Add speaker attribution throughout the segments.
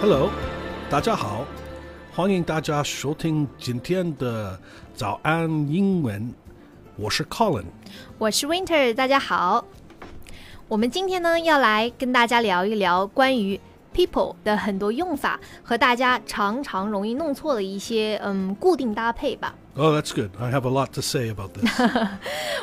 Speaker 1: Hello，大家好，欢迎大家收听今天的早安英文，我是 Colin。
Speaker 2: 我是 Winter，大家好。我们今天呢要来跟大家聊一聊关于 people 的很多用法和大家常常容易弄错的一些嗯固定搭配吧。
Speaker 1: Oh, that's good. I have a lot to say about this.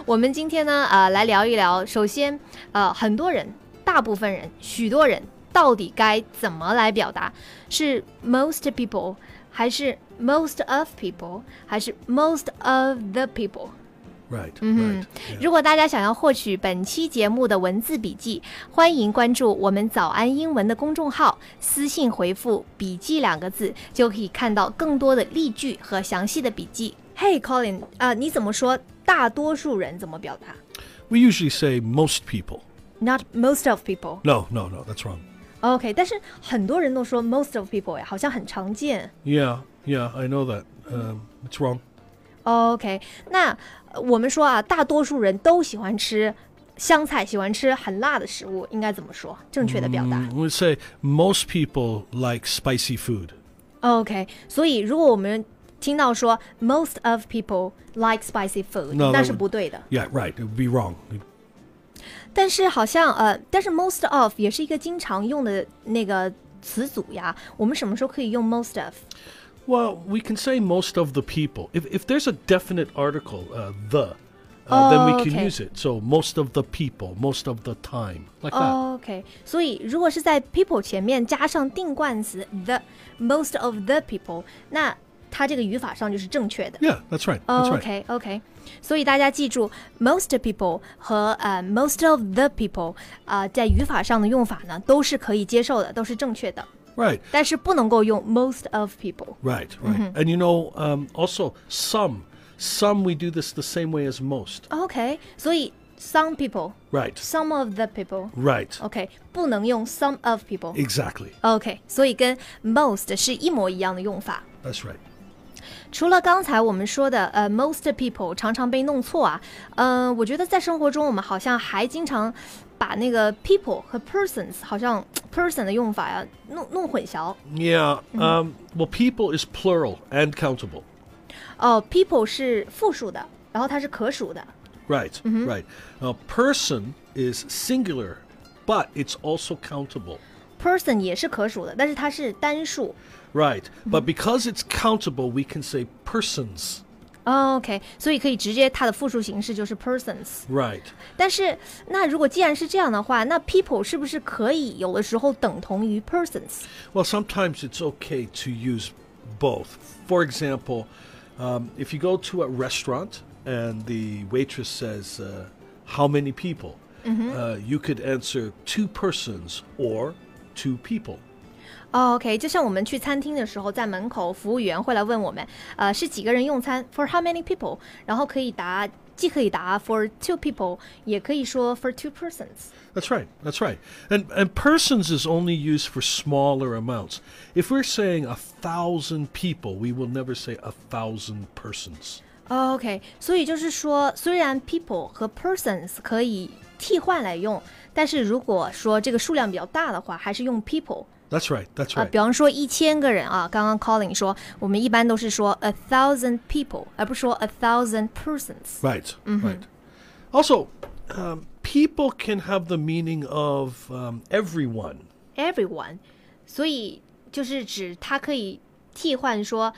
Speaker 2: 我们今天呢呃来聊一聊，首先呃很多人、大部分人、许多人到底该怎么来表达？是 most people，还是 most of people，还是 most of the people？
Speaker 1: right, right.
Speaker 2: 如果大家想要获取本期节目的文字笔记，欢迎关注我们“早安英文”的公众号，私信回复“笔记”两个字，就可以看到更多的例句和详细的笔记。Hey Colin，呃，你怎么说？大多数人怎么表达
Speaker 1: We usually say most people.
Speaker 2: ？Not most of people。
Speaker 1: No, no, no, that's wrong.
Speaker 2: OK，但是很多人都说 most of people，哎，好像很常见。
Speaker 1: Yeah, yeah, I know that. Um, it's wrong.
Speaker 2: OK，那呃我们说啊，大多数人都喜欢吃香菜，喜欢吃很辣的食物，应该怎么说？正确的表达？
Speaker 1: Mm, We say most people like spicy food.
Speaker 2: OK，所以如果我们听到说 most of people like spicy food，
Speaker 1: No,
Speaker 2: 那
Speaker 1: that
Speaker 2: 是
Speaker 1: would-
Speaker 2: 不对的。
Speaker 1: Yeah, right. It would be wrong.
Speaker 2: 但是好像呃，但是 most of 也是一个经常用的那个词组呀。我们什么时候可以用 most of？
Speaker 1: Well, we can say most of the people. If, if there's a definite article, uh, the, uh, then we can
Speaker 2: okay.
Speaker 1: use it. So most of the people, most of the time, like that.
Speaker 2: OK，所以如果是在 people 前面加上定冠词 the most of the people，那它这个语法上就是正确的。
Speaker 1: Yeah, that's right. That's right.
Speaker 2: OK OK，所以大家记住 most people 和呃 most of the people 啊、在语法上的用法呢都是可以接受的，都是正确的，
Speaker 1: Right,
Speaker 2: 但是不能够用 most of people。
Speaker 1: right, right. And you know, um, also some, some we do this the same way as most.
Speaker 2: OK，所以 some people、
Speaker 1: Right,
Speaker 2: some of the people。
Speaker 1: right,
Speaker 2: OK，不能用 some of people。
Speaker 1: exactly.
Speaker 2: OK，所以跟 most 是一模一样的用法。
Speaker 1: That's right.
Speaker 2: 除了刚才我们说的，呃，most people 常常被弄错啊，嗯、我觉得在生活中我们好像还经常把那个 people 和 persons 好像 person 的用法呀、弄弄混淆。
Speaker 1: Yeah. Um, well, people is plural and countable.
Speaker 2: 哦，people 是复数的，然后它是可数的。
Speaker 1: Right, right. Uh, person is singular, but it's also countable.
Speaker 2: person 也是可数的，但是它是单数。
Speaker 1: Right. But because it's countable, we can say persons.
Speaker 2: 哦 OK，所以可以直接它的复数形式就是 persons。
Speaker 1: Right.
Speaker 2: 但是，那如果既然是这样的话，那 people 是不是可以有的时候等同于 persons？
Speaker 1: Well, sometimes it's okay to use both. For example, um, if you go to a restaurant and the waitress says, uh, How many people? Uh, you could answer two persons or two people.
Speaker 2: 哦 OK，就像我们去餐厅的时候，在门口服务员会来问我们，呃，是几个人用餐？For how many people？然后可以答，既可以答 for two people，也可以说 for two persons。
Speaker 1: That's right. That's right. And and persons is only used for smaller amounts. If we're saying a thousand people, we will never say a thousand persons.
Speaker 2: 哦 OK，所以就是说，虽然 people 和 persons 可以替换来用，但是如果说这个数量比较大的话，还是用 people。
Speaker 1: That's right. That's
Speaker 2: 啊，
Speaker 1: right.
Speaker 2: 比方说一千个人啊，刚刚 Colin 说，我们一般都是说 a thousand people，而不是说 a thousand persons。
Speaker 1: Right. Right. Also, um, people can have the meaning of um, everyone.
Speaker 2: everyone，所以就是指它可以替换说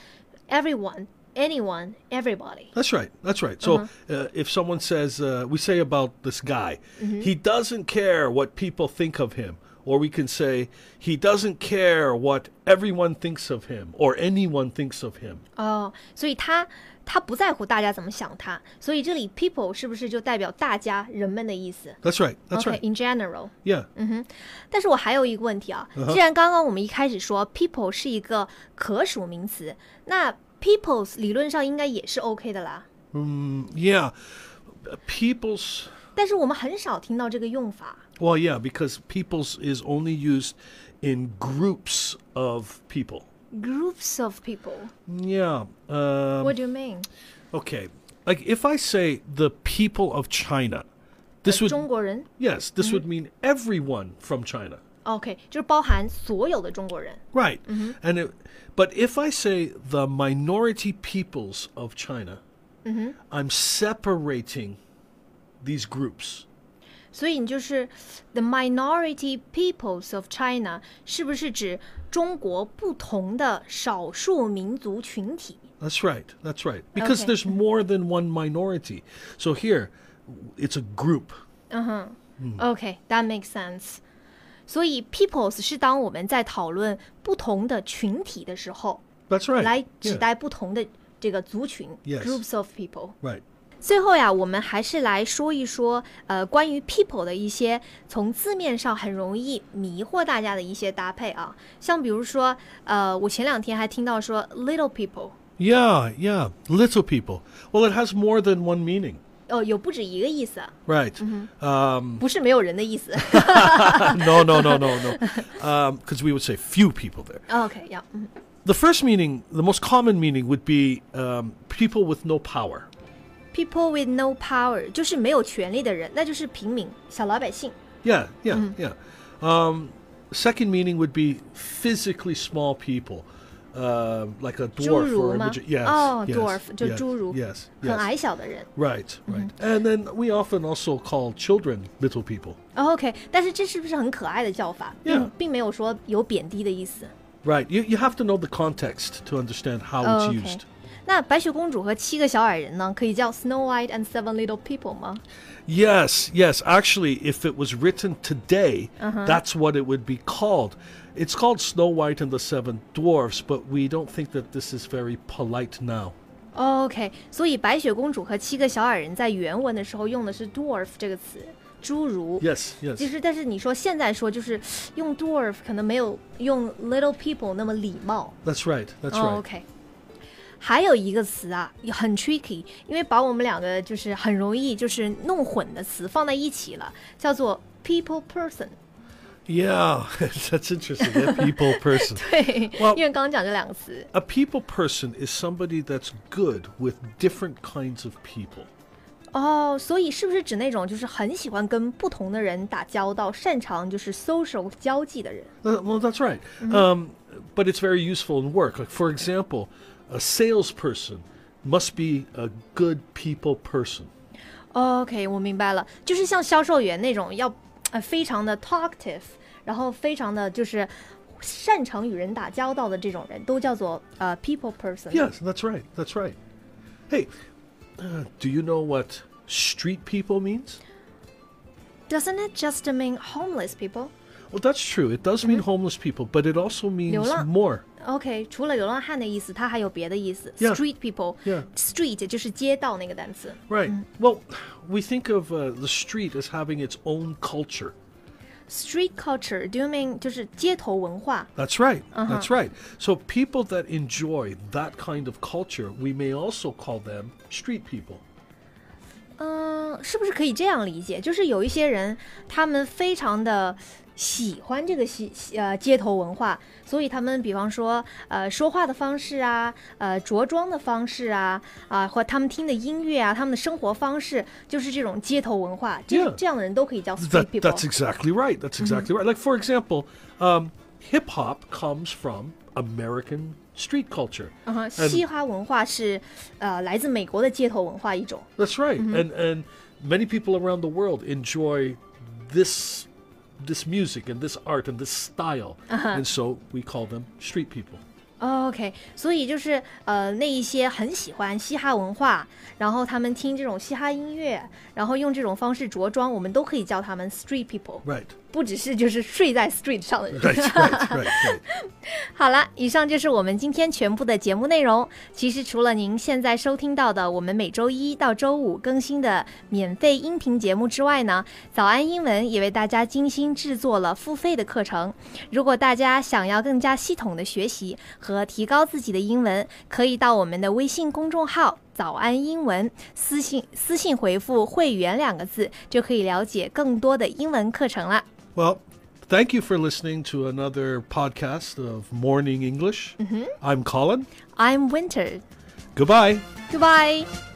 Speaker 2: everyone、anyone、everybody。
Speaker 1: That's right. That's right. So uh, if someone says, uh, we say about this guy, he doesn't care what people think of him. Or we can say, he doesn't care what everyone thinks of him or anyone thinks of him.
Speaker 2: 哦，所以他他不在乎大家怎么想他，所以这里 people 是不是就代表大家人们的意思
Speaker 1: That's right. That's right.
Speaker 2: ？OK，in、general。
Speaker 1: Yeah.
Speaker 2: 但是我还有一个问题啊，
Speaker 1: 嗯
Speaker 2: 既然刚刚我们一开始说 people 是一个可数名词，那 peoples 理论上应该也是 OK 的啦。
Speaker 1: Yeah. Uh, People's.
Speaker 2: 但是我们很少听到这个用法。
Speaker 1: Well, yeah, because people's is only used in groups of people.
Speaker 2: Groups of people.
Speaker 1: Yeah. Um,
Speaker 2: What do you mean?
Speaker 1: okay. Like if I say the people of China, this would
Speaker 2: 中国人
Speaker 1: yes, this would mean everyone from China.
Speaker 2: OK，就是包含所有的中国人。
Speaker 1: Right. And it, but if I say the minority peoples of China, I'm separating these groups.
Speaker 2: 所以你就是 the minority peoples of China，是不是指中国不同的少数民族群体？
Speaker 1: That's right. That's right. Because
Speaker 2: Okay.
Speaker 1: there's more than one minority. So here, it's a group. 嗯
Speaker 2: OK，that、makes sense。所以 peoples 是当我们在讨论不同的群体的时候，
Speaker 1: That's right.
Speaker 2: 来指
Speaker 1: Yeah.
Speaker 2: 代不同的这个族群
Speaker 1: Yes.
Speaker 2: groups of people。
Speaker 1: Right.
Speaker 2: 最后呀，我们还是来说一说，呃，关于 people 的一些从字面上很容易迷惑大家的一些搭配啊，像比如说，呃，我前两天还听到说 little people，
Speaker 1: Yeah. Yeah. Little people. Well, it has more than one meaning.
Speaker 2: 哦，有不止一个意思，
Speaker 1: Right. Um,
Speaker 2: 不是没有人的意思。
Speaker 1: no, no, no, no, no. Because we would say few people there.
Speaker 2: OK，要、嗯
Speaker 1: The first meaning, the most common meaning, would be um, people with no power.
Speaker 2: people with no power 就是没有权利的人，那就是平民、小老百姓。
Speaker 1: Yeah. Yeah. Yeah. Um, second meaning would be physically small people. Uh, like a
Speaker 2: 侏
Speaker 1: dwarf
Speaker 2: 儒
Speaker 1: or a
Speaker 2: 吗
Speaker 1: midget.？Yes.
Speaker 2: 哦
Speaker 1: yes,
Speaker 2: oh, ，dwarf 就
Speaker 1: yes,
Speaker 2: 侏儒
Speaker 1: Yes.
Speaker 2: 很
Speaker 1: yes.
Speaker 2: 矮小的人。
Speaker 1: Right, right. And then we often also call children little people.
Speaker 2: 哦 OK，但是这是不是很可爱的叫法，并
Speaker 1: Yeah.
Speaker 2: 并没有说有贬低的意思。
Speaker 1: Right. You, you have to know the context to understand how it's
Speaker 2: 呃 OK
Speaker 1: used.
Speaker 2: 那白雪公主和七个小矮人呢，可以叫 Snow White and Seven Little People 吗？
Speaker 1: Yes, yes. Actually, if it was written today, that's what it would be called. It's called Snow White and the Seven Dwarfs, but we don't think that this is very polite now.
Speaker 2: 哦 OK，所以白雪公主和七个小矮人在原文的时候用的是 dwarf 这个词，侏儒。
Speaker 1: Yes, yes.
Speaker 2: 其实，但是你说现在说就是用 dwarf 可能没有用 little people 那么礼貌。
Speaker 1: That's right. That's
Speaker 2: 哦
Speaker 1: right.
Speaker 2: OK，还有一个词啊，也很 tricky，因为把我们两个就是很容易就是弄混的词放在一起了，叫做 people person。
Speaker 1: Yeah, that's interesting. A people person.
Speaker 2: 对
Speaker 1: Well-
Speaker 2: 因为刚刚讲这两个词。
Speaker 1: A people person is somebody that's good with different kinds of people.
Speaker 2: 哦，所以是不是指那种就是很喜欢跟不同的人打交道，擅长就是 social 交际的人？
Speaker 1: Uh, well, that's right. Um, but it's very useful in work. Like, for example, a salesperson must be a good people person.
Speaker 2: OK，我明白了，就是像销售员那种要呃非常的 talkative，然后非常的就是擅长与人打交道的这种人，都叫做呃 people person。
Speaker 1: Yes, that's right. That's right. Hey, uh, do you know what street people means?
Speaker 2: Doesn't it just mean homeless people?
Speaker 1: Well, that's true. It does mean
Speaker 2: Mm-hmm.
Speaker 1: homeless people, but it also means
Speaker 2: Yola.
Speaker 1: more.
Speaker 2: OK，除了流浪汉的意思，它还有别的意思。
Speaker 1: Yeah.
Speaker 2: Street people,
Speaker 1: Yeah.
Speaker 2: street 就是街道那个单词。
Speaker 1: Right.
Speaker 2: Mm-hmm.
Speaker 1: Well, we think of uh, the street as having its own culture.
Speaker 2: Street culture, do you mean 就是街头文化？
Speaker 1: That's right.
Speaker 2: Uh-huh.
Speaker 1: That's right. So people that enjoy that kind of culture, we may also call them street people.
Speaker 2: 嗯、是不是可以这样理解？就是有一些人，他们非常的喜欢这个西呃街头文化，所以他们比方说呃说话的方式啊，呃着装的方式啊，啊、或他们听的音乐啊，他们的生活方式就是这种街头文化，这
Speaker 1: Yeah.
Speaker 2: 这样的人都可以叫 street
Speaker 1: That,
Speaker 2: people。Mm-hmm.
Speaker 1: that's exactly right. That's exactly right. Like, for example, um, hip hop comes from American street culture.
Speaker 2: 嗯哼，嘻哈文化是，呃，来自美国的街头文化一种。
Speaker 1: That's right. And and many people around the world enjoy this this music and this art and this style. And so we call them street people.
Speaker 2: 哦 OK，所以就是呃，那一些很喜欢嘻哈文化，然后他们听这种嘻哈音乐，然后用这种方式着装，我们都可以叫他们 street people，
Speaker 1: Right.
Speaker 2: 不只是就是睡在 street 上的人。
Speaker 1: Right. right. Right. Right.
Speaker 2: 好了，以上就是我们今天全部的节目内容。其实除了您现在收听到的我们每周一到周五更新的免费音频节目之外呢，早安英文也为大家精心制作了付费的课程。如果大家想要更加系统的学习和提高自己的英文，可以到我们的微信公众号。早安英文，私信私信回复“会员”两个字，就可以了解更多的英文课程了。
Speaker 1: Well, thank you for listening to another podcast of Morning English. I'm Colin.
Speaker 2: I'm Winter.
Speaker 1: Goodbye.
Speaker 2: Goodbye.